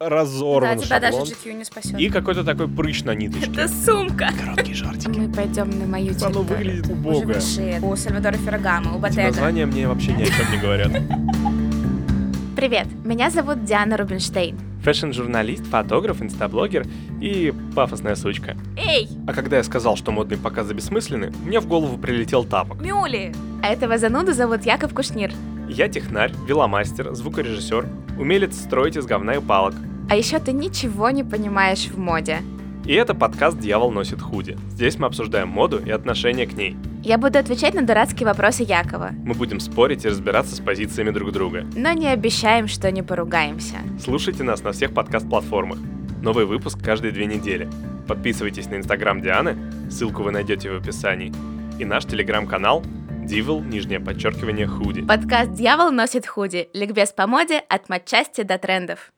разорван Да, тебя даже шаблон. GQ не спасет. И какой-то такой прыщ на ниточке. Это сумка. Короткие жартики. Мы пойдем на мою Оно территорию. выглядит У убого. Живаши, у Сальвадора Феррагамо, у Эти Ботега. названия мне вообще ни о чем не говорят. Привет, меня зовут Диана Рубинштейн. Фэшн-журналист, фотограф, инстаблогер и пафосная сучка. Эй, А когда я сказал, что модные показы бессмысленны, мне в голову прилетел тапок. Мюли! А этого зануду зовут Яков Кушнир. Я технарь, веломастер, звукорежиссер, умелец строить из говна и палок. А еще ты ничего не понимаешь в моде. И это подкаст «Дьявол носит худи». Здесь мы обсуждаем моду и отношение к ней. Я буду отвечать на дурацкие вопросы Якова, Мы будем спорить и разбираться с позициями друг друга. но не обещаем, что не поругаемся. Слушайте нас на всех подкаст-платформах. Новый выпуск каждые две недели. Подписывайтесь на инстаграм Дианы, ссылку вы найдете в описании, и наш телеграм-канал Дивил, нижнее подчеркивание, худи. Подкаст «Дьявол носит худи» — ликбез по моде от матчасти до трендов.